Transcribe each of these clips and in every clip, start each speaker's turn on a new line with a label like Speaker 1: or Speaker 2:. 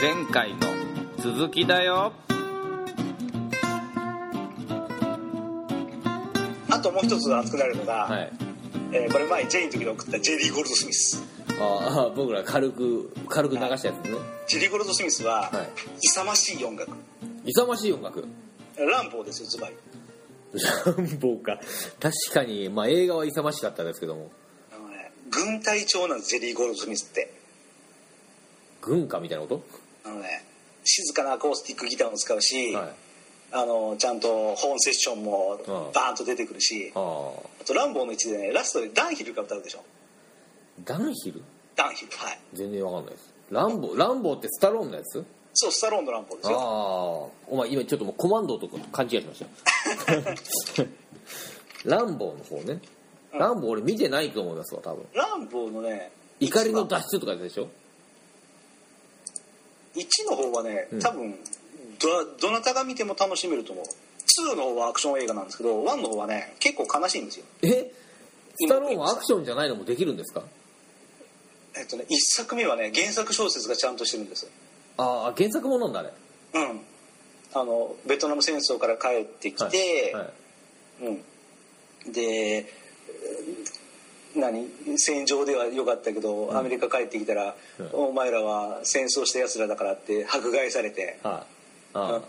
Speaker 1: 前回の続きだよ
Speaker 2: あともう一つ熱くなるのが、
Speaker 3: はい
Speaker 2: えーこれ前 J の時に送った J リー・ゴールドスミス
Speaker 3: ああ 僕ら軽く軽く流したやつね
Speaker 2: J リー・ゴールドスミスは、
Speaker 3: はい
Speaker 2: 勇ましい音楽
Speaker 3: 勇ましい音 楽
Speaker 2: 乱暴ですよズバリ
Speaker 3: 乱暴か確かにまあ映画は勇ましかったですけども
Speaker 2: あのね軍隊調なんですジェリー・ゴールドスミスって
Speaker 3: 軍歌みたいなこ
Speaker 2: あのね静かなアコースティックギターも使うし、
Speaker 3: とはい
Speaker 2: あのちゃんとホーンセッションも
Speaker 3: うん
Speaker 2: バーンと出てくるし、
Speaker 3: ああ
Speaker 2: あと「ランボー」の位置でねラストでダンヒルが歌うでしょ
Speaker 3: ダンヒル
Speaker 2: ダンヒルはい
Speaker 3: 全然わかんないですランボーランボーってスタローンのやつ
Speaker 2: そうスタローンのランボーで
Speaker 3: あ
Speaker 2: す
Speaker 3: あ
Speaker 2: よ
Speaker 3: お前今ちょっともうコマンドと勘違いしました ランボーの方ねランボー俺見てないと思いますわ多分
Speaker 2: ランボーのね
Speaker 3: 怒りの脱出とかでしょ
Speaker 2: 1の方はね
Speaker 3: ん
Speaker 2: 多分どどなたが見ても楽しめると思う2の方はアクション映画なんですけど1の方はね結構悲しいんですよ
Speaker 3: えスタローンはアク
Speaker 2: ョン
Speaker 3: ションじゃないのもできるんですか
Speaker 2: えっとね1作目はね原作小説がちゃんとしてるんです
Speaker 3: ああ原作もなんだあれ
Speaker 2: うんあのベトナム戦争から帰ってきて、
Speaker 3: はいはい
Speaker 2: うん、でえー何戦場では良かったけど、アメリカ帰ってきたら、
Speaker 3: うん
Speaker 2: お前らは戦争したやつらだからって迫害されて、
Speaker 3: はいあ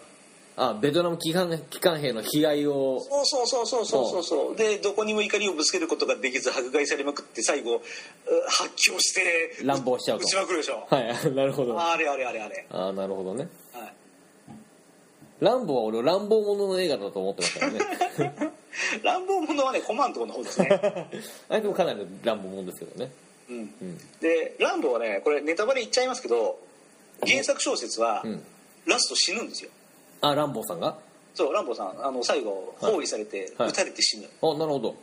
Speaker 3: ああベトナム機関機関兵の被害を
Speaker 2: そうそうそうそうそうそうそうでどこにも怒りをぶつけることができず迫害されまくって最後う発狂して
Speaker 3: 乱暴しちゃう
Speaker 2: 打
Speaker 3: と
Speaker 2: ちまくるでしょ、
Speaker 3: はい なるほどあ
Speaker 2: あれあれあれあれ、
Speaker 3: あなるほどね
Speaker 2: はい、
Speaker 3: ランボーは俺乱暴者の映画だと思ってました からね
Speaker 2: 乱暴者はねコマンドの方で すね、
Speaker 3: あいつもかなりの乱暴者ですけどね
Speaker 2: うん、
Speaker 3: うん
Speaker 2: でランボーはねこれネタバレ言っちゃいますけど原作小説は、
Speaker 3: うん
Speaker 2: ラスト死ぬんですよ
Speaker 3: あランボーさんが
Speaker 2: そうランボーさんあの最後
Speaker 3: はい
Speaker 2: 包囲されて
Speaker 3: はい
Speaker 2: 撃たれて死ぬ、
Speaker 3: あなるほど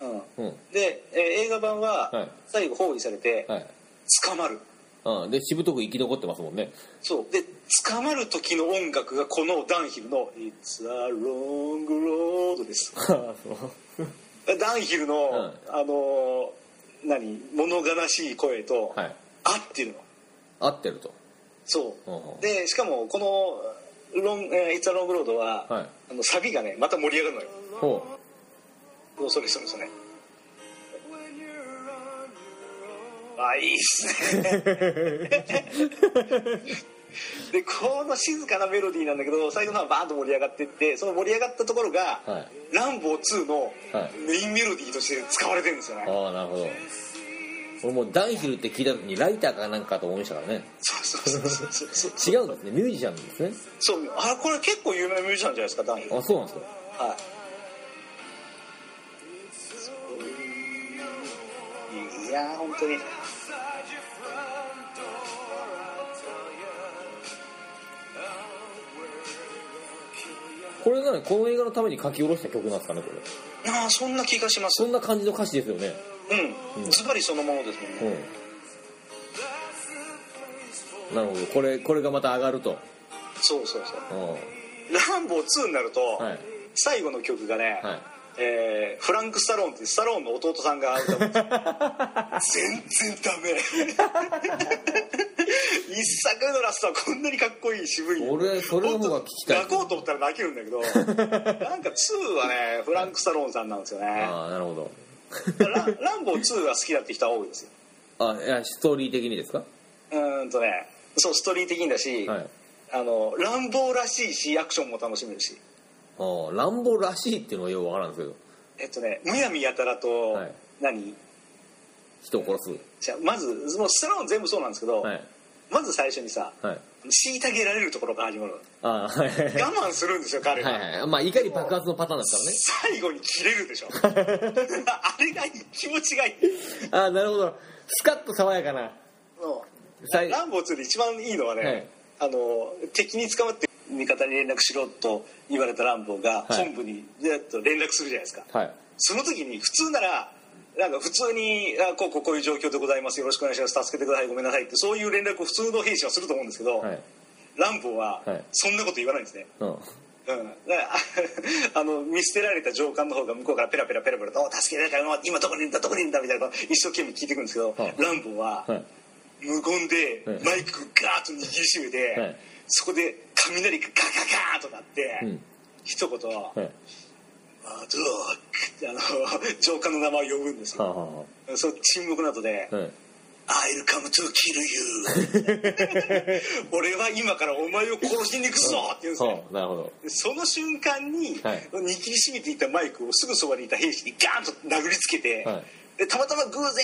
Speaker 2: うん、
Speaker 3: うん
Speaker 2: で、えー映画版は
Speaker 3: はい
Speaker 2: 最後包囲されて
Speaker 3: はい
Speaker 2: 捕まる
Speaker 3: うん、でしぶとく生き残ってますもん ね
Speaker 2: そうで捕まる時の音楽がこのダンヒルの「It's a long road」ですダンヒルの、
Speaker 3: う
Speaker 2: あのー何物悲しい声と、
Speaker 3: はい
Speaker 2: 合ってるの
Speaker 3: 合ってると
Speaker 2: そう、
Speaker 3: うんうん
Speaker 2: でしかもこのロン「えー It's a long road は」
Speaker 3: はい
Speaker 2: あのサビがねまた盛り上がるのよ
Speaker 3: ほ
Speaker 2: もうそれそれそれあいいっす ねでこの静かなメロディーなんだけど最初のはバーンと盛り上がってってその盛り上がったところが
Speaker 3: は
Speaker 2: 「ランボー2」の
Speaker 3: はい
Speaker 2: メインメロディーとして使われてるんですよね、
Speaker 3: うああなるほど俺もうダンヒルって聞いた時にライターかなんかと思いましたからね
Speaker 2: そうそうそうそうそう
Speaker 3: 違うんですねミュージシャンなんですね
Speaker 2: そうあこれ結構有名なミュージシャンじゃないですかダンヒル
Speaker 3: あそうなんですか
Speaker 2: はいいやー本当に
Speaker 3: これなのにこの映画のために書き下ろした曲なんですかねこれ
Speaker 2: ああそんな気がします
Speaker 3: そんな感じの歌詞ですよね
Speaker 2: うんズバリそのものですもん
Speaker 3: うん
Speaker 2: ね、
Speaker 3: なるほどこれこれがまた上がると
Speaker 2: そうそうそう
Speaker 3: うん
Speaker 2: 「ランボー2」になると、
Speaker 3: はい
Speaker 2: 最後の曲がね、
Speaker 3: はい
Speaker 2: えーフランク・スタローンってスタローンの弟さんが歌うんですよ 全然ダメ一作目のラストはこんなにかっこいい渋い
Speaker 3: 俺それの方が聞きたい
Speaker 2: 泣こうと思ったら泣けるんだ けどなんか2はねフランク・スタローンさんなんですよね
Speaker 3: ああなるほど
Speaker 2: ランランボー2が好きだって人は多いですよ
Speaker 3: あいやストーリー的にですか
Speaker 2: うーんとねそうストーリー的にだし、
Speaker 3: はい
Speaker 2: あのランボーらしいしアクションも楽しめるし
Speaker 3: ああ乱暴らしいっていうのはようわからんですけど
Speaker 2: えっとねむやみやたらと、
Speaker 3: はい
Speaker 2: 何
Speaker 3: 人を殺
Speaker 2: じゃあまずもうスタローン全部そうなんですけど、
Speaker 3: すはい
Speaker 2: まず最初にさ
Speaker 3: はい
Speaker 2: 虐げられるところから始まるの
Speaker 3: ああはいはい
Speaker 2: 我慢するんですよ彼が、
Speaker 3: はいはいまあ怒り爆発のパターンです
Speaker 2: 最後に切れるで しょあれが気持ちがいい
Speaker 3: からねああなるほどスカッと爽やかな
Speaker 2: もう
Speaker 3: 最
Speaker 2: ランボー2で一番いいのはね、
Speaker 3: はい
Speaker 2: あの敵に捕まって味方に連絡しろと言われたランボーが
Speaker 3: はい
Speaker 2: 本部にずっと連絡するじゃないですか、
Speaker 3: はい
Speaker 2: その時に普通ならなんか普通にあこうこうこういう状況でございますよろしくお願いします助けてくださいごめんなさいってそういう連絡を普通の兵士はすると思うんですけど、
Speaker 3: はい
Speaker 2: ランボーは
Speaker 3: はい
Speaker 2: そんなこと言わないんですね、
Speaker 3: うん
Speaker 2: うん、だからああの見捨てられた上官の方が向こうからペラペラペラペラと「お助けられたよ今どこにいるんだどこにいるんだ」みたいなことを一生懸命聞いてくるんですけど、
Speaker 3: はい
Speaker 2: ランボーは、
Speaker 3: はい
Speaker 2: 無言で
Speaker 3: うん
Speaker 2: マイクガーッと握りしめて、
Speaker 3: はい
Speaker 2: そこで雷がガガガーッとなって、
Speaker 3: うん
Speaker 2: 一言「
Speaker 3: はい
Speaker 2: あどうってあの上官の名前を呼ぶんです
Speaker 3: は
Speaker 2: よ、
Speaker 3: あは
Speaker 2: その沈黙の後で「
Speaker 3: あはい
Speaker 2: I'll come to kill you 」「俺は今からお前を殺しに行くぞ」って言うんですよ、
Speaker 3: はあなるほど
Speaker 2: でその瞬間に、
Speaker 3: はい
Speaker 2: 握りしめていたマイクをすぐそばにいた兵士にガーンと殴りつけて、
Speaker 3: はい
Speaker 2: でたまたま偶
Speaker 3: うん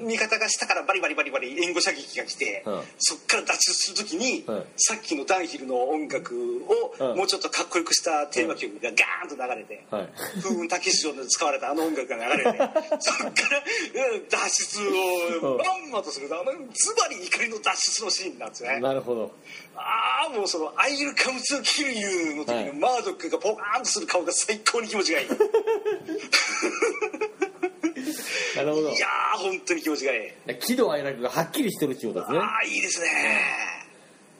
Speaker 2: 然味方がしたからバリバリバリバリ援護射撃が来て、
Speaker 3: うん
Speaker 2: そっから脱出する時に、
Speaker 3: はい
Speaker 2: さっきのダンヒルの音楽
Speaker 3: う
Speaker 2: を
Speaker 3: ん
Speaker 2: もうちょっとかっこよくしたテーマ曲がガーンと流れて。
Speaker 3: はい
Speaker 2: 風雲竹市場で使われたあの音楽が流れてそっからうん脱出
Speaker 3: う
Speaker 2: を
Speaker 3: ん
Speaker 2: まんまとするあのズバリ怒りの脱出のシーンなんですね
Speaker 3: なるほど
Speaker 2: ああもうその「アイル・カム・ツー・キル・ユー」の時
Speaker 3: は
Speaker 2: の
Speaker 3: い
Speaker 2: マードックがポカーンとする顔が最高に気持ちが いいい
Speaker 3: なるほど
Speaker 2: やー本当に気持ちがいい
Speaker 3: 喜怒哀楽がはっきりしてるってことですね
Speaker 2: ああいいですね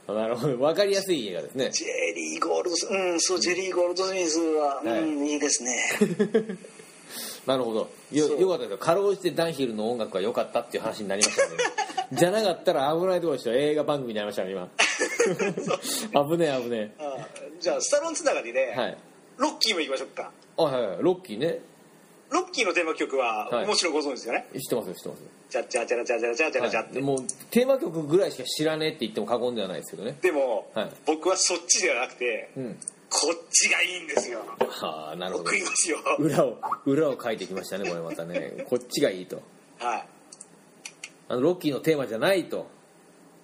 Speaker 3: なるほど分かりやすい映画ですね
Speaker 2: ジェリー・ゴールドスうんそうジェリー・ゴールドスミスは、
Speaker 3: はい
Speaker 2: うんいいですね
Speaker 3: なるほどよ
Speaker 2: そう
Speaker 3: よかったですよかろうじてダンヒルの音楽が良かったっていう話になりましたねじゃなかったら危ないとこでしたよ映画番組になりましたね 今 危ねえ危ね
Speaker 2: あーじゃあスタローンつながりで、
Speaker 3: えはい
Speaker 2: ロッキーもいきましょうか
Speaker 3: あはいはいロッキーね
Speaker 2: ロッキーのテーマ曲は、
Speaker 3: はい
Speaker 2: もちろんご存知ですよね
Speaker 3: 知ってますよ知ってますよ
Speaker 2: 「チャチャチャラチャチャラチャチャラチャ」って、
Speaker 3: はいもうテーマ曲ぐらいしか知らねえって言っても過言ではないですけどね
Speaker 2: でも、
Speaker 3: はい
Speaker 2: 僕はそっちではなくて、
Speaker 3: うん
Speaker 2: こっちがいいんですよ
Speaker 3: はあなるほど
Speaker 2: 僕いますよ
Speaker 3: 裏を裏を書いてきましたねこれまたねこっちがいいと
Speaker 2: はい
Speaker 3: あのロッキーのテーマじゃないと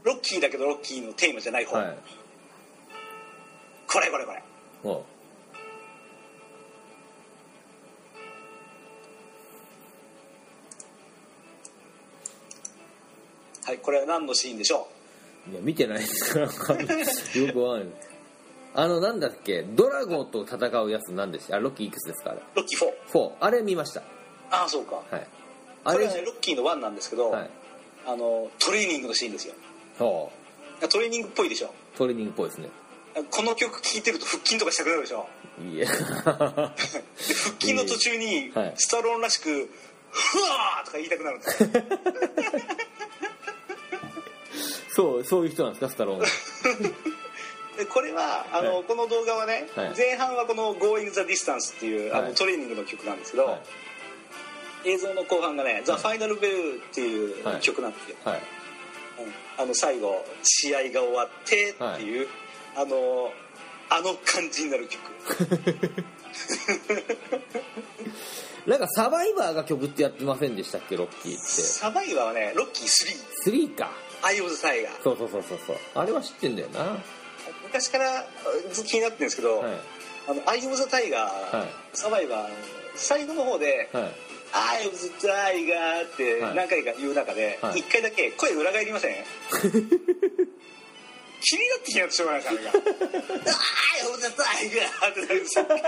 Speaker 2: ロッキーだけどロッキーのテーマじゃない方、
Speaker 3: は
Speaker 2: これこれこれ
Speaker 3: いも
Speaker 2: はいこれは何のシーンでしょ
Speaker 3: ういや見てないです から分かんないよくわかんないあのなんだっけドラゴンと戦うやつなんでしたあロッキーいくつですかあれ
Speaker 2: うロッキー4
Speaker 3: 4あれ見ました
Speaker 2: ああそうか
Speaker 3: はいあ
Speaker 2: こ
Speaker 3: れ
Speaker 2: れはねロッキーの1なんですけど、
Speaker 3: はい
Speaker 2: あのトレーニングのシーンですよ
Speaker 3: そ
Speaker 2: トレーニングっぽいでしょ
Speaker 3: うトレーニングっぽいですね
Speaker 2: この曲聴いてると腹筋とかしたくなるでしょ
Speaker 3: いや は
Speaker 2: で腹筋の途中に
Speaker 3: はい
Speaker 2: スタローンらしく「ふわー!」とか言いたくなるんですよ
Speaker 3: そうそういう人なんですかスタローン
Speaker 2: でこれはあの、
Speaker 3: は
Speaker 2: この動画はね、
Speaker 3: はい
Speaker 2: 前半はこの「Going the Distance」っていうあの、
Speaker 3: はい
Speaker 2: トレーニングの曲なんですけど、
Speaker 3: はい
Speaker 2: 映像の後半がね「The Final Bell」っていう曲なんですよ、
Speaker 3: はい
Speaker 2: あの最後試合が終わってっていう、あのあの感じになる曲
Speaker 3: なんかサバイバーが曲ってやってませんでしたっけロッキーって
Speaker 2: サバイバーはねロッキー3
Speaker 3: 3か
Speaker 2: 「アイオブズ・タイガー
Speaker 3: そうそうそうそうそうあれは知ってんだよなは」
Speaker 2: 昔からずっと気になってるんですけど「あのアイオブズ・タイガー」
Speaker 3: はい
Speaker 2: サバイバー」最後の方で
Speaker 3: いはい
Speaker 2: 「アイオブズ・タイガー」って
Speaker 3: はい
Speaker 2: 何回か言う中で、
Speaker 3: はい
Speaker 2: 一回だけ声裏返りませ ん気になってきなってしょうがな いですあれが「アイオブズ・タイガー」ってなるんですよこれ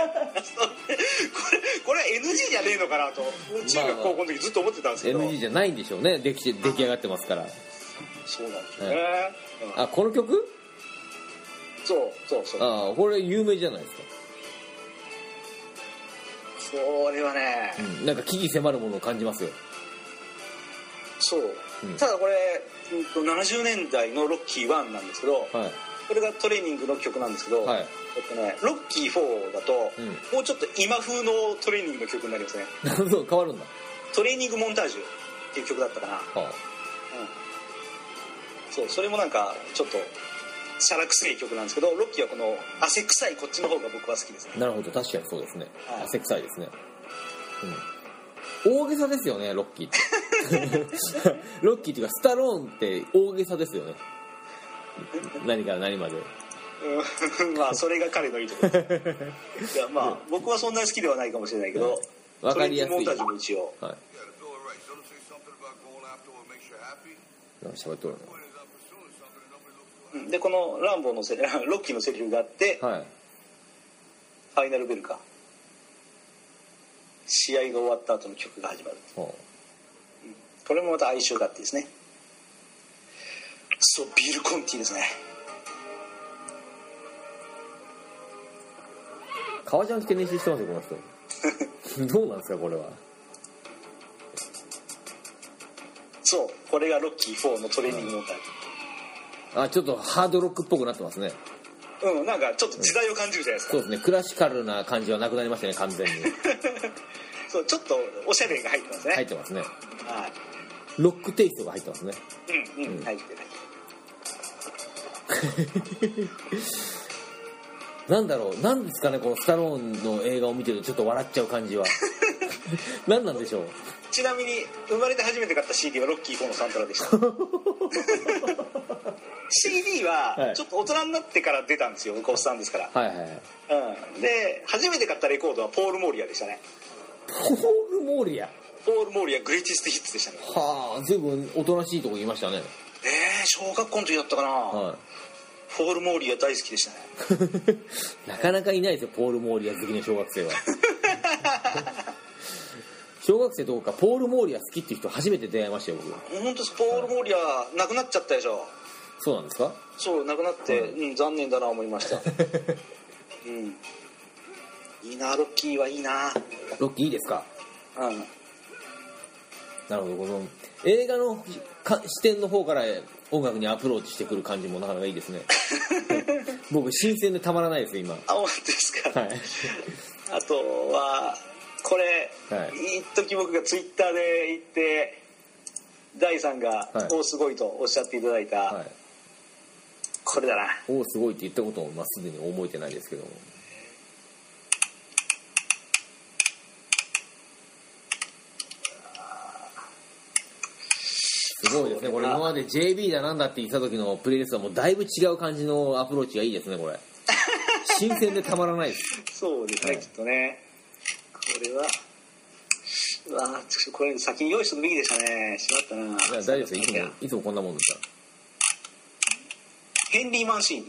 Speaker 2: これは NG じゃねえのかなと中学高校の時ずっと思ってたんですけど、
Speaker 3: NG じゃないんでしょうねできて出来上がってますから
Speaker 2: そうなんですよね、うん
Speaker 3: あこの曲
Speaker 2: そうそうそう
Speaker 3: ああこれ有名じゃないですか、
Speaker 2: これはね、
Speaker 3: うん、なんか危機迫るものを感じますよ
Speaker 2: そう、
Speaker 3: うん
Speaker 2: ただこれ、うんと、70年代のロッキー1なんですけ
Speaker 3: は
Speaker 2: ど、
Speaker 3: い
Speaker 2: これがトレーニングの曲なんですけど、
Speaker 3: はい
Speaker 2: えっとね、ロッキー4だと、
Speaker 3: うん
Speaker 2: もうちょっと今風のトレーニングの曲になりますね
Speaker 3: なるほど変わるんだ
Speaker 2: 「トレーニングモンタージュ」っていう曲だったかな、うん、
Speaker 3: は
Speaker 2: そうそれもなんかちょっとしゃらくせえ曲なんですけどロッキーはこの汗臭いこっちの方が僕は好きですね
Speaker 3: あなるほど確かにそうですね
Speaker 2: はい
Speaker 3: 汗臭いですねうん大げさですよねロッキーって ロッキーっていうかスタローンって大げさですよね何から何まで
Speaker 2: うん まあそれが彼のいいと ころですいやまあ僕はそんなに好きではないかもしれないけど、
Speaker 3: うんわかりやすい
Speaker 2: トレーニングモンタージュも一応
Speaker 3: はい
Speaker 4: You gotta do it right. Don't say something about going after what makes you happy.
Speaker 3: なんか喋っとる
Speaker 4: Point is, I'm pursuing something that nobody looks for.
Speaker 2: うんでこのランボーのせ ロッキーのセリフがあって、
Speaker 3: なはい
Speaker 2: ファイナルベルか試合が終わった後の曲が始まる
Speaker 3: ほ
Speaker 2: これもまた相性があってですねそうビールコンティですね
Speaker 3: う革ジャン着て練習してますよこの人どうなんですかこれは
Speaker 2: 違そうこれがロッキー4のトレーニング問題
Speaker 3: あちょっとハードロックっぽくなってますね
Speaker 2: うんなんかちょっと時代を感じるじゃないですか、
Speaker 3: そうですねクラシカルな感じはなくなりましたね完全に
Speaker 2: そうちょっとおしゃれが入ってますね
Speaker 3: 入ってますね
Speaker 2: は
Speaker 3: ロックテイストが入ってますね
Speaker 2: いうんう
Speaker 3: うん
Speaker 2: ん入ってる
Speaker 3: なんだろうなんですかねこのスタローンの映画を見てるとちょっと笑っちゃう感じは何なんでしょう
Speaker 2: ちなみに生まれて初めて買った CD はロッキー4のサントラでした CD
Speaker 3: は
Speaker 2: はいちょっと大人になってから出たんですよ僕おっさんですから、
Speaker 3: はいはいはい
Speaker 2: うん、で初めて買ったレコードはポール・モーリアでしたね
Speaker 3: ポール・モーリア
Speaker 2: ポール・モーリアグレイティストヒッツでしたねね
Speaker 3: はあ随分おとなしいとこ言いましたね
Speaker 2: え小学校の時だったかな、
Speaker 3: は
Speaker 2: ポール・モーリア大好きでしたね
Speaker 3: い なかなかいないですよポール・モーリア好きの小学生は小学生どこかポール・モーリア好きっていう人初めて出会いましたよ僕
Speaker 2: 本当ですポール・モーリア亡くなっちゃったでしょ
Speaker 3: そうなんですか
Speaker 2: そう亡くなって、うん、残念だな思い ましたうんいいなロッキーはいいな
Speaker 3: ロッキーいいですか
Speaker 2: うん
Speaker 3: なるほどこの映画のか視点の方から音楽にアプローチしてくる感じもなかなかいいですね僕新鮮でたまらないです今は
Speaker 2: あ本当ですか、
Speaker 3: い
Speaker 2: あとはこれ、
Speaker 3: はい
Speaker 2: 一時僕がツイッターで言って大さんが
Speaker 3: はい
Speaker 2: 「おおすごい」とおっしゃっていただいた、
Speaker 3: はい
Speaker 2: これだな
Speaker 3: おおすごいって言ったこともまあすでに覚えてないですけどもすごいですねこれ今まで JB だなんだって言ってた時のプレイリストはもうだいぶ違う感じのアプローチがいいですねこれ新鮮でたまらないです
Speaker 2: そうですね、
Speaker 3: はい
Speaker 2: きっとねこれはうわーちょこれ先に用意しとくべきでしたねしまったない
Speaker 3: や大丈夫ですよいつもいつもこんなもんですか
Speaker 2: ヘンリー・マンシーニ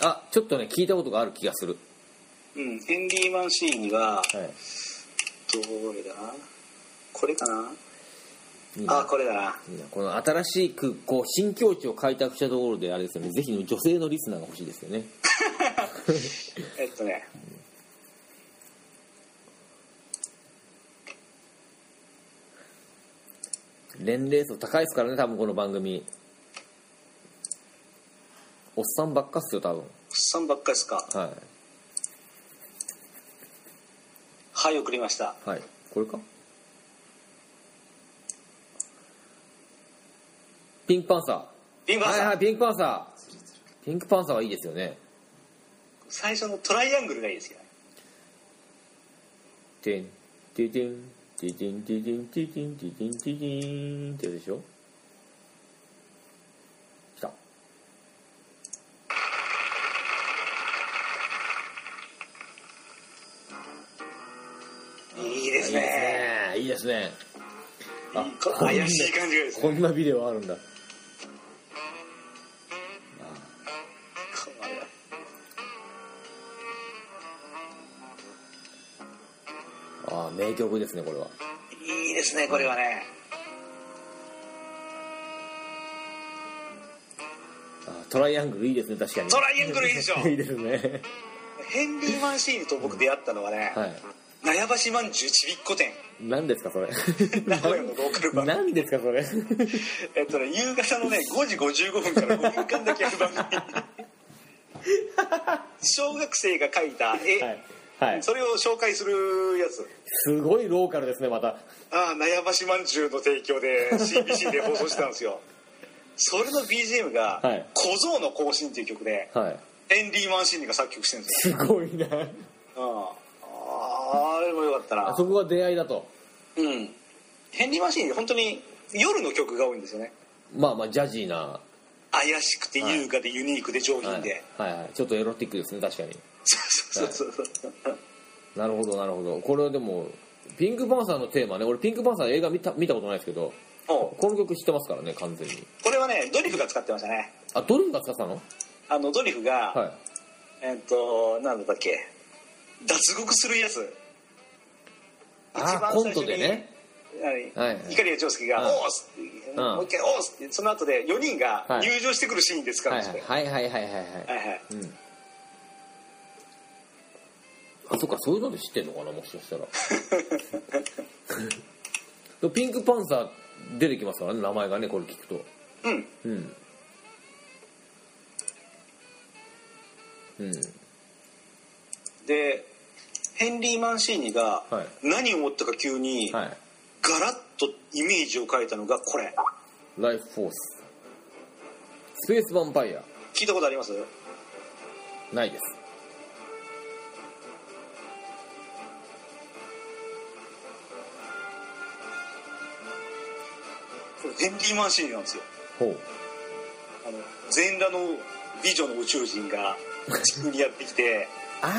Speaker 3: らあちょっとね聞いたことがある気がする
Speaker 2: うんヘンリー・マンシーニは
Speaker 3: はい
Speaker 2: どれだこれかない
Speaker 3: いな
Speaker 2: あこれだない
Speaker 3: いなこの新しくこう新境地を開拓したところであれですよねぜひ女性のリスナーが欲しいですよね
Speaker 2: えっとね
Speaker 3: 年齢層高いですからね多分この番組おっさんばっかっすよ多分
Speaker 2: おっさんばっかりですか
Speaker 3: は
Speaker 2: はい送りました
Speaker 3: いはいこれかピンクパンサ
Speaker 2: ビン
Speaker 3: ー
Speaker 2: バーさん、
Speaker 3: はいはいピンクパンサーピンクパンサーはいいですよね
Speaker 2: 最初のトライアングルがいいですよね
Speaker 3: てんててんててんててんててんててんててんってやつでしょ来た
Speaker 2: いいで
Speaker 3: いいですす
Speaker 2: ね
Speaker 3: ねいいですねあ
Speaker 2: いいこ怪しい感じがですね
Speaker 3: こんなビデオあるんだ
Speaker 2: これは
Speaker 3: ああ名曲ですねこれはい
Speaker 2: いですねこれはね
Speaker 3: あトライアングルいいですね確かに
Speaker 2: トライアングルいいでしょ
Speaker 3: いいですね
Speaker 2: ヘンリー・マンシーニと僕出会ったのはね、
Speaker 3: はい
Speaker 2: 納屋橋まんじゅうちびっこ店
Speaker 3: 何ですかそれ
Speaker 2: 名古屋のローカル版
Speaker 3: 何ですかそれ
Speaker 2: えっとね夕方のね5時55分から5分間だけやる番組小学生が描いた絵、
Speaker 3: はいはい
Speaker 2: それを紹介するやつ
Speaker 3: すごいローカルですねまた
Speaker 2: ああ納屋橋まんじゅうの提供で CBC で放送してたんですよそれの BGM が
Speaker 3: はい
Speaker 2: 「小僧の行進」っていう曲で
Speaker 3: はい
Speaker 2: ヘンリー・マンシーニが作曲してるんですよ
Speaker 3: すごいな
Speaker 2: うんああれもよかったな
Speaker 3: あそこが出会いだと
Speaker 2: うんヘンリー・マンシーニ本当に夜の曲が多いんですよね
Speaker 3: まあまあジャジーな
Speaker 2: 怪しくて
Speaker 3: はい
Speaker 2: 優雅でユニークで上
Speaker 3: は
Speaker 2: 品で、
Speaker 3: い、はいはい、ちょっとエロティックですね確かに
Speaker 2: そうそうそうそう
Speaker 3: なるほどなるほどこれはでもピンクパンサーのテーマね俺ピンクパンサー映画見た見たことないですけど
Speaker 2: おう
Speaker 3: この曲知ってますからね完全に
Speaker 2: これはねドリフが使ってましたね
Speaker 3: あドリフが使ってたの
Speaker 2: あのドリフが、
Speaker 3: はい
Speaker 2: えっとなんだっけ脱獄するやつ一
Speaker 3: あ
Speaker 2: 番
Speaker 3: コントでね
Speaker 2: 何
Speaker 3: はいはい
Speaker 2: 碇谷長介が「
Speaker 3: はい
Speaker 2: おーす」もう一回「おーす」ってその後で4人が
Speaker 3: はい
Speaker 2: 入場してくるシーンで使うん
Speaker 3: は
Speaker 2: で
Speaker 3: い
Speaker 2: すよ、
Speaker 3: はいはいはいはいはいはい
Speaker 2: はい はい
Speaker 3: うんあそっかそういうので知ってんのかなもしかしたらピンクパンサー出てきますからね名前がねこれ聞くと
Speaker 2: うん
Speaker 3: うんうん
Speaker 2: でヘンリー・マンシーニが
Speaker 3: はい
Speaker 2: 何を思ったか急にガ
Speaker 3: は
Speaker 2: ラッ
Speaker 3: い
Speaker 2: とイメージを変えたのがこれ
Speaker 3: ライフフォーススペースヴァンパイア
Speaker 2: 聞いたことあります
Speaker 3: ないです
Speaker 2: これヘンリー・マンシーニなんですよ
Speaker 3: ほう
Speaker 2: あの全裸の美女の宇宙人が地球にやってきて
Speaker 3: ああ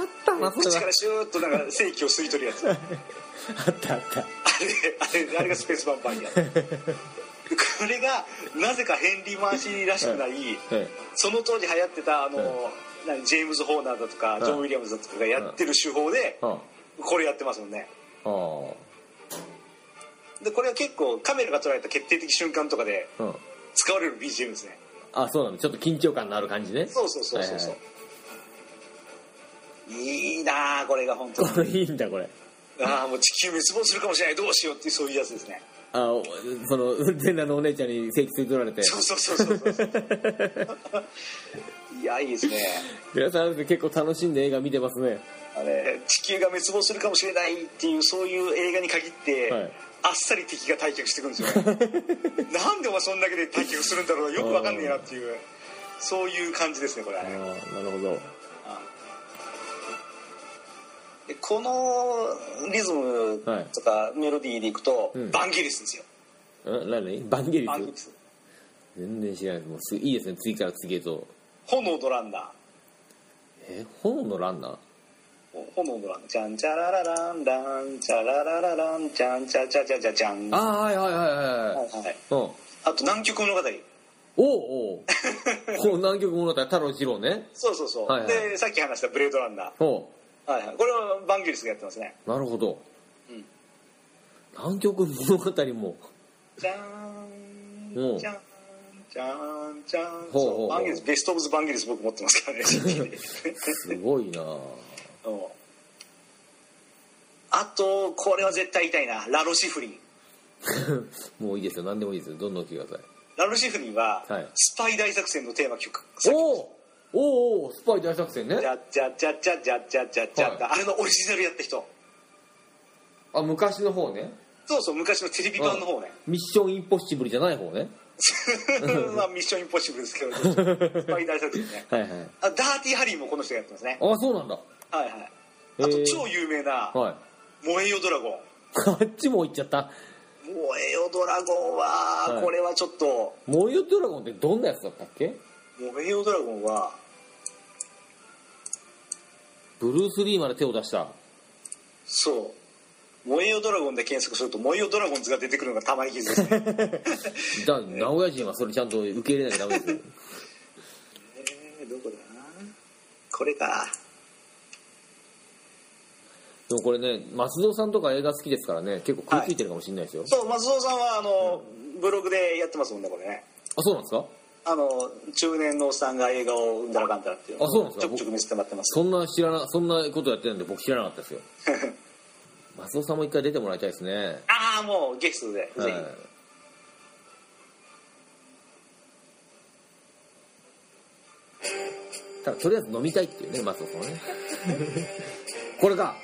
Speaker 3: あったなそ
Speaker 2: 口
Speaker 3: れ
Speaker 2: か
Speaker 3: が
Speaker 2: らシューッとなんか正気を吸い取るやつあれ
Speaker 3: あったあった
Speaker 2: あれあれがスペースバンパイアこれがなぜかヘンリー・マンシーニらしくない、
Speaker 3: え
Speaker 2: その当時流行ってたあの、
Speaker 3: うん
Speaker 2: 何ジェームズ・ホーナーだとか、
Speaker 3: うん
Speaker 2: ジョン・ウィリアムズだとかがやってる手法で、
Speaker 3: あ
Speaker 2: これやってますもんね
Speaker 3: ああ
Speaker 2: でこれは結構カメラが捉えた決定的瞬間とかで
Speaker 3: あうん
Speaker 2: 使われる BGM ですね
Speaker 3: あそうなのちょっと緊張感のある感じね
Speaker 2: そうそうそうそうそう、
Speaker 3: はい
Speaker 2: いいなあこれが本当に
Speaker 3: これいいんだこれ
Speaker 2: ああもう地球滅亡するかもしれないどうしようっていうそういうやつですね
Speaker 3: あおその全裸のお姉ちゃんに正規吸い取られて
Speaker 2: そうそうそうそうそういやいいですね
Speaker 3: 皆さん結構楽しんで映画見てますね
Speaker 2: あれ地球が滅亡するかもしれないっていうそういう映画に限って、
Speaker 3: はい
Speaker 2: あっさり敵が退却してくるんですよ なんでお前そんだけで退却するんだろうよくわかんねえなっていうそういう感じですねこれ、
Speaker 3: ああなるほど
Speaker 2: でこのリズムとかメロディーでいくと、
Speaker 3: うん
Speaker 2: バンギリスですよ
Speaker 3: うん何何バンゲリ
Speaker 2: バンギリ
Speaker 3: ス
Speaker 2: ス
Speaker 3: 全然知らないもうすいいですね次から次へと
Speaker 2: 炎のランナ
Speaker 3: え炎のランナー
Speaker 2: ー炎のランナーチャンチャララランランチャラララランチャンチャチャチャチャチャン
Speaker 3: ああはいはいはいはいはい
Speaker 2: はい、
Speaker 3: うん
Speaker 2: あと南極物語
Speaker 3: おうおうこう南極物語太郎次郎ね
Speaker 2: そうそうそう、
Speaker 3: はいはい
Speaker 2: でさっき話したブレードランナー
Speaker 3: お
Speaker 2: はいはい、これはバンギリスがやってますね。
Speaker 3: うなるほど、
Speaker 2: うん
Speaker 3: 南極物語も
Speaker 2: じゃ
Speaker 3: う
Speaker 2: ー
Speaker 3: ん
Speaker 2: ん、じゃーん、じゃーん、じゃーん。
Speaker 3: ほうほうほう
Speaker 2: そうバンギリス、ベストオブズバンギリス僕持ってま すからね CD で。
Speaker 3: すごいな あ
Speaker 2: うんあと、これは絶対痛いな。ラロシフリン。
Speaker 3: もういいですよ何でもいいですよどんどん聞いてください
Speaker 2: ラロシフリンは
Speaker 3: はい、
Speaker 2: スパイ大作戦のテーマ曲。
Speaker 3: おうおうおうスパイ大作戦ね
Speaker 2: じゃっじゃっじゃっじゃっじゃっじゃっじゃっじゃっ
Speaker 3: は
Speaker 2: あれのオリジナルやった人。
Speaker 3: あ昔の方ね
Speaker 2: そうそう、昔のテレビ版の方ね。
Speaker 3: ミッションインポッシブルじゃない方ね
Speaker 2: まあ、ミッションインポッシブルですけど、スパイ大作戦ね。
Speaker 3: はいはい
Speaker 2: あダーティーハリーもこの人がやってますね。
Speaker 3: ああそうなんだ
Speaker 2: はいはい。
Speaker 3: へ
Speaker 2: あ
Speaker 3: ー
Speaker 2: と超有名な
Speaker 3: はい
Speaker 2: 「燃えよドラゴン
Speaker 3: あっちも行っちゃった」
Speaker 2: 燃えよドラゴンは
Speaker 3: はい
Speaker 2: これはちょっと
Speaker 3: 「モリオドラゴン」ってどんなやつだったっけ
Speaker 2: 燃えよドラゴンは
Speaker 3: ブルース・リーまで手を出した
Speaker 2: そう燃えよドラゴンで検索すると燃えよドラゴンズが出てくるのがたまり傷ですね
Speaker 3: だ名古屋人はそれちゃんと受け入れなきゃダメですよ
Speaker 2: えーどこだこれか
Speaker 3: でもこれね松蔵さんとか映画好きですからね結構食いついてるかもしれないですよ、
Speaker 2: そう松尾さんはあの、ブログでやってますもんねこれね
Speaker 3: あそうなんですか
Speaker 2: あの中年のおっさんが映画をうんだらかんだらっていうのを
Speaker 3: あそうなんです
Speaker 2: ち
Speaker 3: か
Speaker 2: ょくちょく見せてもらってます
Speaker 3: そんな知らなそんなことやってるんで僕知らなかったですよ松尾さんも一回出てもらいたいですね
Speaker 2: ああもうゲストで、
Speaker 3: は
Speaker 2: ぜ
Speaker 3: い
Speaker 2: ひ
Speaker 3: ただとりあえず飲みたいっていうね松尾さんはねこれか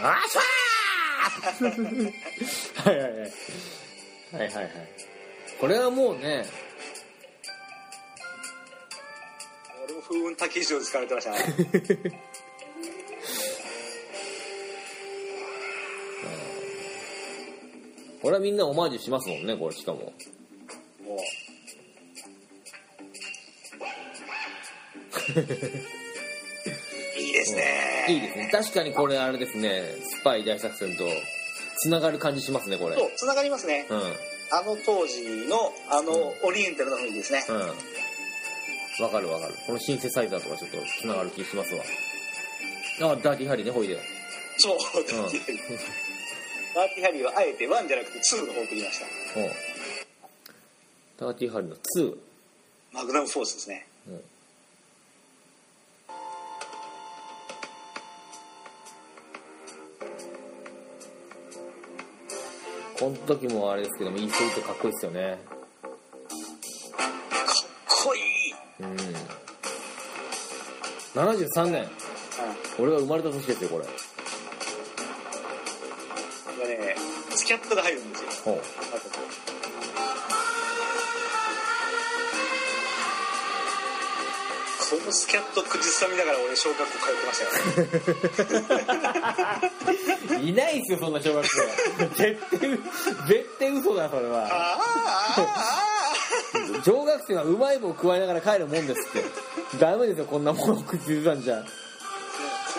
Speaker 3: あっしゃーはいはいはいはいはいはいこれはもうね
Speaker 2: 俺も風雲竹以上で 使われてましたね
Speaker 3: これはみんなオマージュしますもんねこれしかも
Speaker 2: もういいですね
Speaker 3: いいですね確かにこれあれですねスパイ大作戦とつながる感じしますねこれ
Speaker 2: そうつながりますね
Speaker 3: うんうん
Speaker 2: あの当時のあのオリエンタルの雰囲気ですね
Speaker 3: わかるわかるこのシンセサイザーとかちょっとつながる気しますわあダーティーハリーねほいで
Speaker 2: そうダーティーハリーダーティーハリーはあえて1じゃなくて2の方を送りました
Speaker 3: うんダーティーハリーの2
Speaker 2: マグナムフォースですね
Speaker 3: この時もあれですけどもイーストウッドかっこいいですよね
Speaker 2: かっこいい、
Speaker 3: うん73年俺が生まれた年ですよこれ
Speaker 2: うん、なんかねスキャットが入るんですよ
Speaker 3: ほう
Speaker 2: なんかこうこのスキャット口ずさみながら俺小学校通ってましたからね
Speaker 3: いないっすよそんな小学 生絶対絶対嘘だそれは
Speaker 2: ああああ
Speaker 3: 小学生はうまい棒を加えながら帰るもんですってダメですよこんなものを口ずさんじゃん
Speaker 2: コ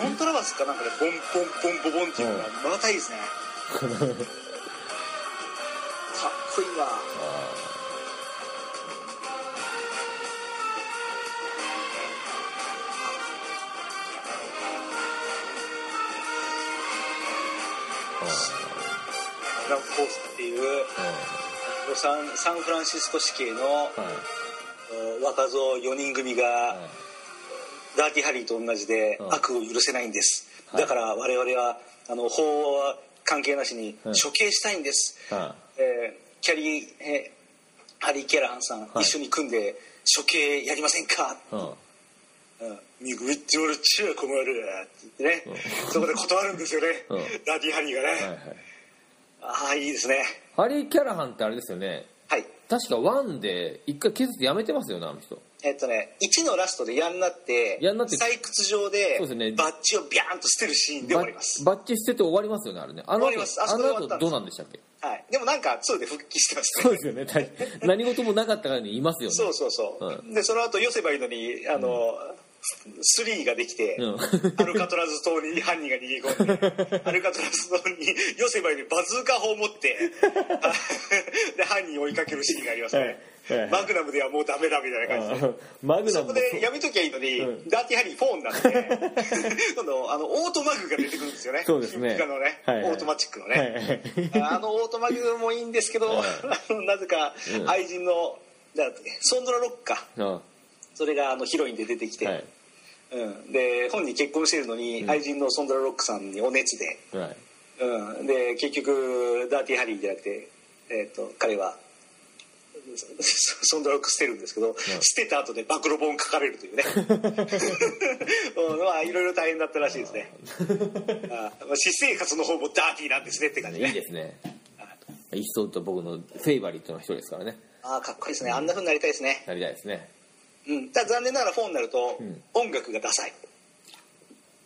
Speaker 2: ントラバスかなんかでボンボンボンボボンっていうのがまたいいですねかっこいいわフランク・コースっていうロサンサンフランシスコ市警のえー若造4人組がダーティハリーと同じで
Speaker 3: うん
Speaker 2: 悪を許せないんです
Speaker 3: はい
Speaker 2: だから我々はあの法は関係なしに
Speaker 3: うん
Speaker 2: 処刑したいんですえーキャリー、えーハリー・ケラーンさん、
Speaker 3: はい
Speaker 2: 一緒に組んで処刑やりませんか、うん、見ぐいって言われちゃ困るって言ってね、そこで断るんですよね、
Speaker 3: うん
Speaker 2: ダディ・ハリーがね、ああいいですね
Speaker 3: ハリー・キャラハンってあれですよね
Speaker 2: はい
Speaker 3: 確かワンで一回削ってやめてますよねあの人
Speaker 2: えっとね1のラストでやんなって
Speaker 3: やんなって
Speaker 2: 採掘場で
Speaker 3: そうですね
Speaker 2: バッジをビャーンと捨てるシーンで終わります
Speaker 3: バッチ捨てて終わりますよねあれねあの
Speaker 2: 終わりますあ
Speaker 3: あ
Speaker 2: そこで
Speaker 3: の
Speaker 2: 終わ
Speaker 3: 後
Speaker 2: ったんです
Speaker 3: どうなんでしたっけ
Speaker 2: はい、でもなんか2で復帰してますね
Speaker 3: そうですよね確か何事もなかったからにいますよね
Speaker 2: そうそうそう、
Speaker 3: う
Speaker 2: でその後寄せばいいのにあの、スリーができて、
Speaker 3: うん
Speaker 2: アルカトラズ島に犯人が逃げ込ん でアルカトラズ島に寄せばいいのにバズーカ砲を持ってで犯人を追いかけるシーンがありますね、
Speaker 3: はいはい
Speaker 2: マグナムではもうダメだみたいな感じで。
Speaker 3: マグナ
Speaker 2: そ
Speaker 3: ムも
Speaker 2: こでやめときゃいいのに、
Speaker 3: うん
Speaker 2: ダーティーハリーフォンなんで 今度あのオートマグが出てくるんですよね
Speaker 3: そうですね
Speaker 2: あのね、
Speaker 3: はいはい
Speaker 2: オートマチックのね、
Speaker 3: はい
Speaker 2: あのオートマグもいいんですけど、
Speaker 3: はい
Speaker 2: あのなぜか
Speaker 3: うん
Speaker 2: 愛人の、だソンドラ・ロックか
Speaker 3: うんは
Speaker 2: それがあのヒロインで出てきて、
Speaker 3: い
Speaker 2: うん、で本人結婚してるのに、
Speaker 3: うん
Speaker 2: 愛人のソンドラ・ロックさんにお熱で、
Speaker 3: はい
Speaker 2: うん、で結局ダーティーハリーじゃなくて、えー、と彼は。そソンドラロック捨てるんですけど、捨てた後で暴露本書かれるとい うね、うんまあいろいろ大変だったらしいですねあまあ私生活の方もダーティーなんですねって感じね
Speaker 3: いいですねイーストウッド僕のフェイバリットの一人ですからね
Speaker 2: ああかっこいいですねあんなふうになりたいですね、
Speaker 3: なりたいですね
Speaker 2: うん、ただ残念ながらフォンになると
Speaker 3: うん
Speaker 2: 音楽がダサい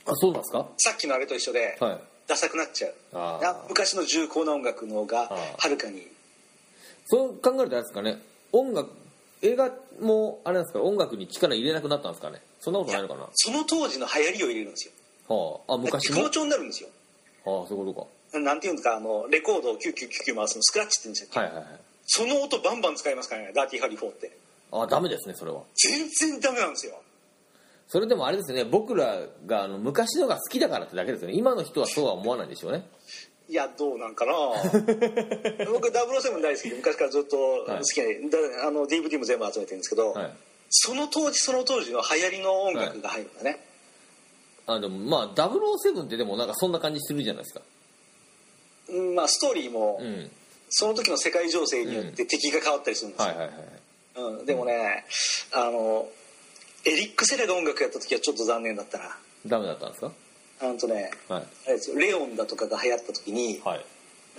Speaker 3: あそうなんですか
Speaker 2: さっきのあれと一緒で
Speaker 3: はい
Speaker 2: ダサくなっちゃう、
Speaker 3: あー
Speaker 2: な昔の重厚な音楽の方が
Speaker 3: ー
Speaker 2: はるかに
Speaker 3: そう考えるとあれですかね音楽映画もあれなんですか音楽に力入れなくなったんですかねそんなことないのかな
Speaker 2: その当時の流行りを入れるんですよ
Speaker 3: はああ昔も
Speaker 2: 膨張になるんですよ
Speaker 3: ああそういうこ
Speaker 2: なんていうんですかあのレコードを9999回すのスクラッチって言うんですよ
Speaker 3: とかはいはいはい
Speaker 2: その音バンバン使いますからねダーティーハリー4って
Speaker 3: ああダメですねそれは
Speaker 2: 全然ダメなんですよ
Speaker 3: それでもあれですね僕らがあの昔のが好きだからってだけですよね今の人はそうは思わないんでしょうね
Speaker 2: いやどうな んかな僕007大好きで昔からずっと好きで、だあの DVD も全部集めてるんですけど、
Speaker 3: はい
Speaker 2: その当時その当時の流行りの音楽が入るんだね、
Speaker 3: あでもまあ007ってでもなんかそんな感じするじゃないですか
Speaker 2: うんまあ、ストーリーも
Speaker 3: うん
Speaker 2: その時の世界情勢によって敵が変わったりするんです
Speaker 3: はい
Speaker 2: よ、
Speaker 3: はいはいはい
Speaker 2: うんでもねあのエリック・セレが音楽やった時はちょっと残念だったな
Speaker 3: ダメだったんですか
Speaker 2: あのとね
Speaker 3: はい
Speaker 2: あれですよレオンだとかが流行った時に、
Speaker 3: はい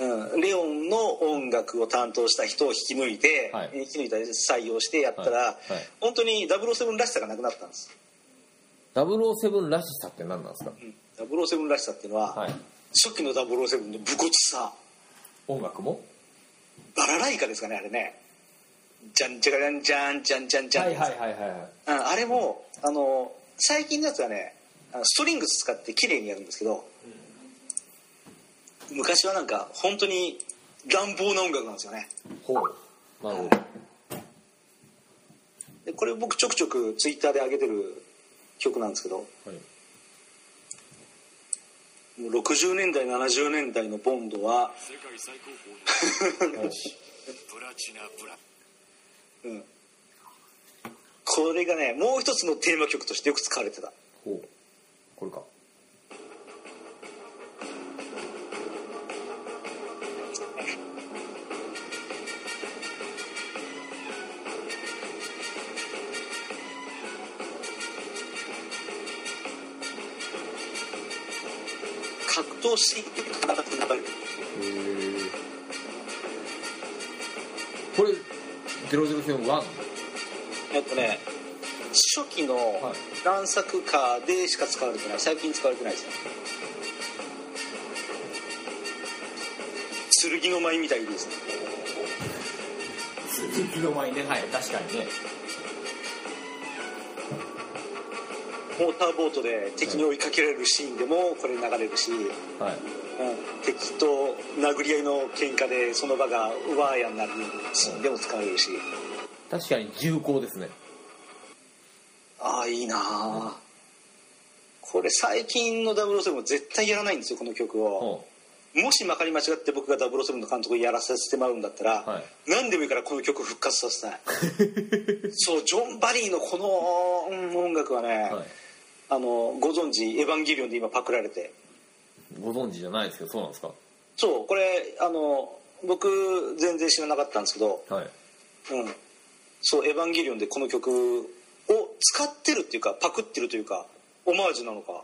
Speaker 2: うん、レオンの音楽を担当した人を引き抜いて、
Speaker 3: はい
Speaker 2: 引き抜いたり採用してやったら、
Speaker 3: はいはい
Speaker 2: 本当に007らしさがなくなったんです、
Speaker 3: 007らしさって何なんですか
Speaker 2: うん、007らしさっていうのは、
Speaker 3: はい
Speaker 2: 初期の007の武骨さ
Speaker 3: 音楽も
Speaker 2: バラライカですかねあれねじゃんじゃがじゃんじゃんじゃんじゃんじゃ
Speaker 3: は
Speaker 2: ん、
Speaker 3: いはい
Speaker 2: うんあれもあの最近のやつはねあのストリングス使って綺麗にやるんですけど、昔はなんか本当に乱暴な音楽なんですよね
Speaker 3: ほうなるほ
Speaker 2: でこれ僕ちょくちょくツイッターで上げてる曲なんですけども
Speaker 3: ど、はいう
Speaker 2: 60年代70年代のボンドは、
Speaker 5: 世界最高峰のプラチナブラ
Speaker 2: うん、これがねもう一つのテーマ曲としてよく使われてた
Speaker 3: ほうこれか
Speaker 2: こ格闘シーンって戦ってる
Speaker 3: へーこれ007 1
Speaker 2: えっとね初期の贋作カーでしか使われてない最近使われてないですね剣の舞みたいですね
Speaker 3: 鈴木の前ねはい確かにね
Speaker 2: モーターボートで敵に追いかけられるシーンでもこれ流れるし、うん、
Speaker 3: はい
Speaker 2: 敵と殴り合いの喧嘩でその場がワーヤになるシーンでも使われるし、
Speaker 3: 確かに重厚ですね
Speaker 2: ああいいなあ、これ最近の007も絶対やらないんですよこの曲を。
Speaker 3: うん
Speaker 2: もしまかり間違って僕が007の監督をやらせてもらうんだったら、
Speaker 3: は
Speaker 2: 何でもいいからこの曲復活させたいそうジョン・バリーのこのうん音楽はね、
Speaker 3: はい
Speaker 2: あのご存知エヴァンゲリオン」で今パクられて
Speaker 3: ご存知じゃないですけどそうなんですか
Speaker 2: そうこれあの僕全然知らなかったんですけど、
Speaker 3: はい
Speaker 2: うん、そう「エヴァンゲリオン」でこの曲を使ってるっていうかパクってるというかオマージュなのか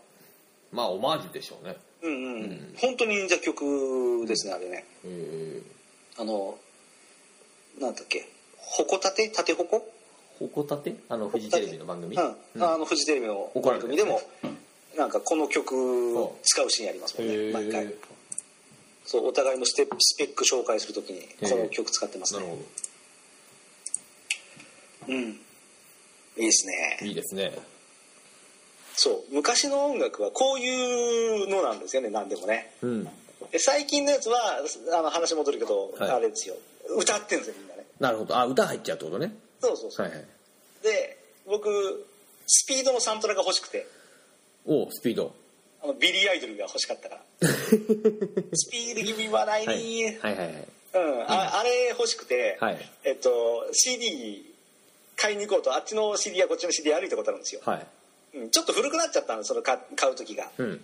Speaker 3: まあオマージュでしょうね
Speaker 2: うんうん、本当に忍者曲ですねあれね
Speaker 3: え
Speaker 2: あのなんだっけほこたてたてほこ
Speaker 3: ー、ホコタテあのフジテレビの番組、
Speaker 2: うん、あのフジテレビの
Speaker 3: 怒ら
Speaker 2: 番
Speaker 3: れてる
Speaker 2: 組でも、なんかこの曲を使うシーンありますもん
Speaker 3: へ
Speaker 2: ね
Speaker 3: え
Speaker 2: 毎
Speaker 3: な
Speaker 2: 回
Speaker 3: る
Speaker 2: そうお互いのステップスペック紹介するときにこの曲使ってます
Speaker 3: ほ
Speaker 2: ね、
Speaker 3: ど
Speaker 2: うんいいですね
Speaker 3: いいですね
Speaker 2: そう昔の音楽はこういうのなんですよね何でもね
Speaker 3: うん
Speaker 2: で最近のやつはあの話戻るけど、
Speaker 3: はい
Speaker 2: あれですよ歌ってるんですよみんなね
Speaker 3: なるほどあ歌入っちゃうってことね
Speaker 2: そうそうそう、
Speaker 3: はいはい
Speaker 2: で僕スピードのサントラが欲しくて
Speaker 3: おうスピード
Speaker 2: あのビリー・アイドルが欲しかったから スピード気味はないね、
Speaker 3: はいはいはい
Speaker 2: うん、ああれ欲しくて、
Speaker 3: はい
Speaker 2: えっと、CD 買いに行こうとあっちの CD やこっちの CD 歩いたことあるんですよ、
Speaker 3: はい
Speaker 2: うん、ちょっと古くなっちゃったのその買買う時が、
Speaker 3: うん
Speaker 2: うん、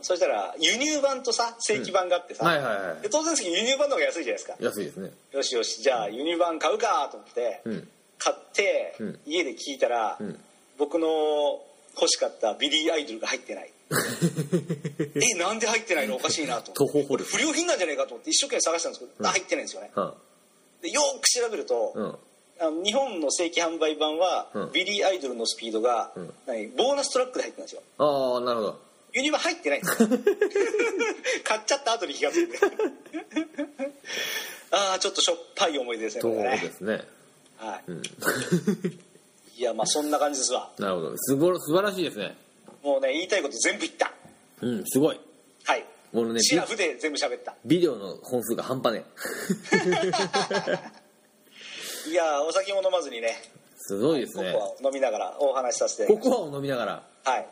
Speaker 2: そしたら輸入版とさ正規版があってさ、
Speaker 3: はいはいは
Speaker 2: で当然ですけど輸入版の方が安いじゃないですか
Speaker 3: い安いですね
Speaker 2: よしよしじゃあ輸入版買うかと思って、
Speaker 3: うん
Speaker 2: 買って、
Speaker 3: うん
Speaker 2: 家で聞いたら、
Speaker 3: ん
Speaker 2: 僕の欲しかったビリー・アイドルが入ってないえなんで入ってないのおかしいなと
Speaker 3: 途
Speaker 2: 思って
Speaker 3: 方法です
Speaker 2: 不良品なんじゃないかと思って一生懸命探したんですけど、あ入ってないんですよね
Speaker 3: は
Speaker 2: でよーく調べると、
Speaker 3: うん
Speaker 2: あの日本の正規販売版は、
Speaker 3: うん
Speaker 2: ビリー・アイドルのスピードが、
Speaker 3: ん
Speaker 2: 何ボーナストラックで入ってるんですよ
Speaker 3: ああなるほど
Speaker 2: ユニバ入ってないんで すよ買っちゃった後に気が付いて ああちょっとしょっぱい思い出ですね
Speaker 3: そ
Speaker 2: こ
Speaker 3: うで
Speaker 2: れね、
Speaker 3: すね
Speaker 2: はい
Speaker 3: うん
Speaker 2: いやまあそんな感じですわ
Speaker 3: なるほどすごい素晴らしいですね
Speaker 2: もうね言いたいこと全部言った
Speaker 3: うんすごい
Speaker 2: はい
Speaker 3: もうね
Speaker 2: シラフで全部喋った
Speaker 3: ビデオの本数が半端ね
Speaker 2: いやーお酒も飲まずにね
Speaker 3: すごいです
Speaker 2: ココ
Speaker 3: ね
Speaker 2: アを飲みながらお話しさせてい
Speaker 3: コ
Speaker 2: ただきまし
Speaker 3: コアを飲みながら
Speaker 2: たはい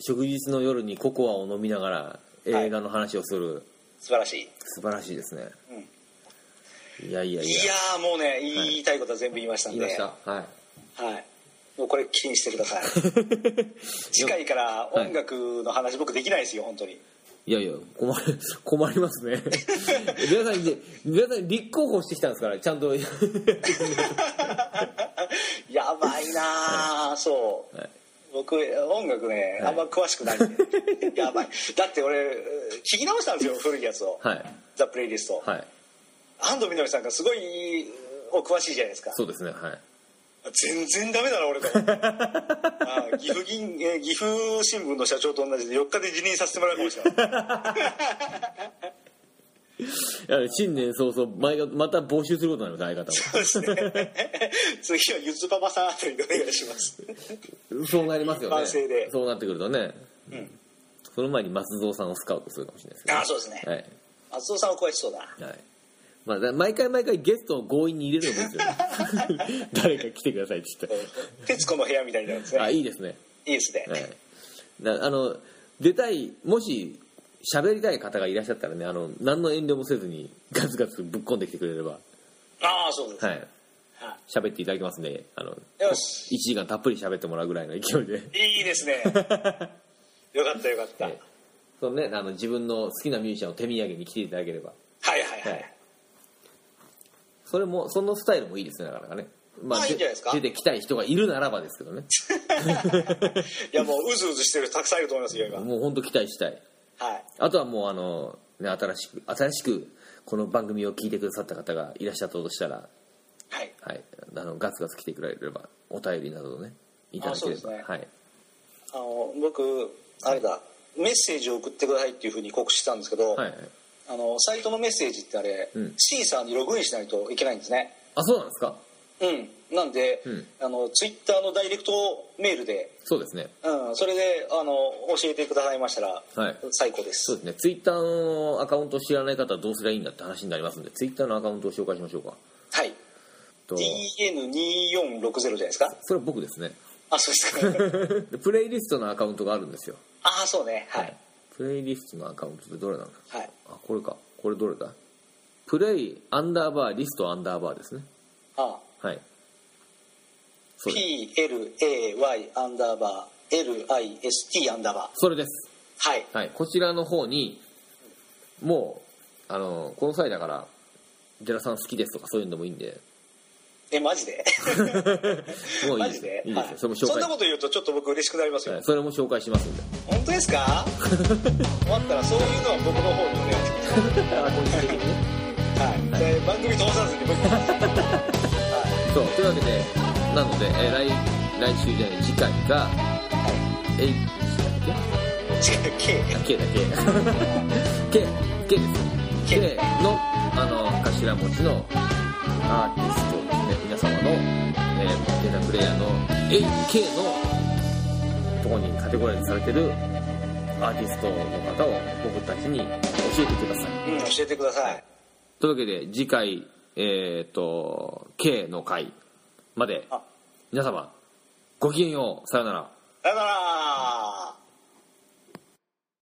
Speaker 3: 祝日の夜にココアを飲みながら映画の話をする、
Speaker 2: 素晴らしい
Speaker 3: 素晴らしいですね、いやいやい
Speaker 2: い
Speaker 3: や
Speaker 2: やーもうね言いたいことは全部言いましたん
Speaker 3: 言
Speaker 2: で
Speaker 3: いましたはい
Speaker 2: はいもうこれ気にしてく ださい次回から音楽の話僕できないですよ本当に
Speaker 3: いやいや困る 困りますね皆さんに皆さんに立候補してきたんですからちゃんと はい
Speaker 2: やばいなーそう
Speaker 3: はい
Speaker 2: 僕音楽ね
Speaker 3: はい
Speaker 2: あんま詳しくないん でやばいだって俺聞き直したんですよ古いやつをザ・プレイリスト
Speaker 3: はい
Speaker 2: 安藤みなみさんがすごいお詳しいじゃないですか
Speaker 3: そうですねはい
Speaker 2: 全然ダメだな俺と思ってああ岐阜銀えー岐阜新聞の社長と同じで4日で辞任させてもらうかもしれない
Speaker 3: いや新年早々前がまた募集することになります相
Speaker 2: そうですね次はゆずパパさんあたりでお願いします
Speaker 3: 方も そうなりますよ
Speaker 2: 一般性
Speaker 3: ね
Speaker 2: で
Speaker 3: そうなってくるとね、
Speaker 2: ん
Speaker 3: その前に松蔵さんをスカウトするかもしれないですね
Speaker 2: ああそうですね
Speaker 3: はい
Speaker 2: 松尾さんは詳しそうだな
Speaker 3: はい。まあ、だ毎回毎回ゲストを強引に入れるのもいいですよね。 誰か来てくださいって言っ
Speaker 2: うん徹子の部屋みたいになるんです
Speaker 3: て。あ、
Speaker 2: ね
Speaker 3: いいですね。
Speaker 2: いいですね、
Speaker 3: はい。なあの、出たい、もし、喋りたい方がいらっしゃったらね、あの、何の遠慮もせずに、ガツガツぶっこんできてくれれば、
Speaker 2: ああそうです、
Speaker 3: はい。
Speaker 2: は
Speaker 3: 喋っていただきますね。あの、
Speaker 2: いよし
Speaker 3: 1時間たっぷり喋ってもらうぐらいの勢 いで。
Speaker 2: いいですねよかったよかった、
Speaker 3: はいそのね、あの、自分の好きなミュージシャンを手土産に来ていただければ。
Speaker 2: はいはいはい、
Speaker 3: はいそれも、そのスタイルもいいですね、なかなかね。ま
Speaker 2: まあいいんじゃないですか
Speaker 3: 出てきたい人がいるならばですけどね。
Speaker 2: いやもううずうずしてる人たくさんいると思いますよ今
Speaker 3: もう本当期待したい。
Speaker 2: はい
Speaker 3: あとはもうあの、ね、新しく新しくこの番組を聞いてくださった方がいらっしゃったとしたら、
Speaker 2: はい
Speaker 3: はい、あのガツガツ来てくれればお便りなどねいただけれ
Speaker 2: あそ
Speaker 3: ば、
Speaker 2: うですね
Speaker 3: はい
Speaker 2: あの僕あれだメッセージを送ってくださいっていうふうに告知したんですけど、
Speaker 3: はいはい
Speaker 2: あのサイトのメッセージってあれ、
Speaker 3: うん
Speaker 2: シーサーにログインしないといけないんですね
Speaker 3: あそうなんですか
Speaker 2: うんなんで、
Speaker 3: うん
Speaker 2: あのツイッターのダイレクトメールで、
Speaker 3: そうですね
Speaker 2: うん、それであの教えてくださいましたら、
Speaker 3: はい
Speaker 2: 最高です
Speaker 3: そうですねツイッターのアカウントを知らない方はどうすればいいんだって話になりますんでツイッターのアカウントを紹介しましょうか
Speaker 2: はい
Speaker 3: と
Speaker 2: DN2460 じゃないですか
Speaker 3: それは僕ですね
Speaker 2: あそうですか
Speaker 3: でプレイリストのアカウントがあるんですよ
Speaker 2: ああそうねはい
Speaker 3: プレイリストのアカウントってどれなの
Speaker 2: はい
Speaker 3: あこれかこれどれだプレイアンダーバーリストアンダーバーですね
Speaker 2: あ
Speaker 3: はいそうです
Speaker 2: PLAY アンダーバー LIST アンダーバ
Speaker 3: それです
Speaker 2: ーはい
Speaker 3: はい、こちらの方にもうあのこの際だから寺さん好きですとかそういうのでもいいんで
Speaker 2: えマジで
Speaker 3: もういい
Speaker 2: マ
Speaker 3: で
Speaker 2: ジ
Speaker 3: すよ
Speaker 2: で
Speaker 3: いいですよ、
Speaker 2: はい
Speaker 3: それも紹
Speaker 2: ん
Speaker 3: 介
Speaker 2: なこと言うとちょっと僕嬉しくなりますよ、
Speaker 3: はいそれも紹介しますんで
Speaker 2: 本当ですか困ったらそういうのは僕の方にお願いしますはい、で番組通さずに僕はい
Speaker 3: そうというわけでなので、えー来来週じゃない次回が「えい」
Speaker 2: 違う K
Speaker 3: だっけ「K」だっけ「K」「K」ですよ
Speaker 2: K
Speaker 3: K のあの頭文字のアーティスト、ね、皆様の、えー、データプレイヤーの AK のとこにカテゴライズされてるアーティストの方を僕たちに教えてください
Speaker 2: うん教えてください
Speaker 3: というわけで次回えっ、と K の回まで
Speaker 2: あ
Speaker 3: 皆様ごきげんようさようなら
Speaker 2: さよなら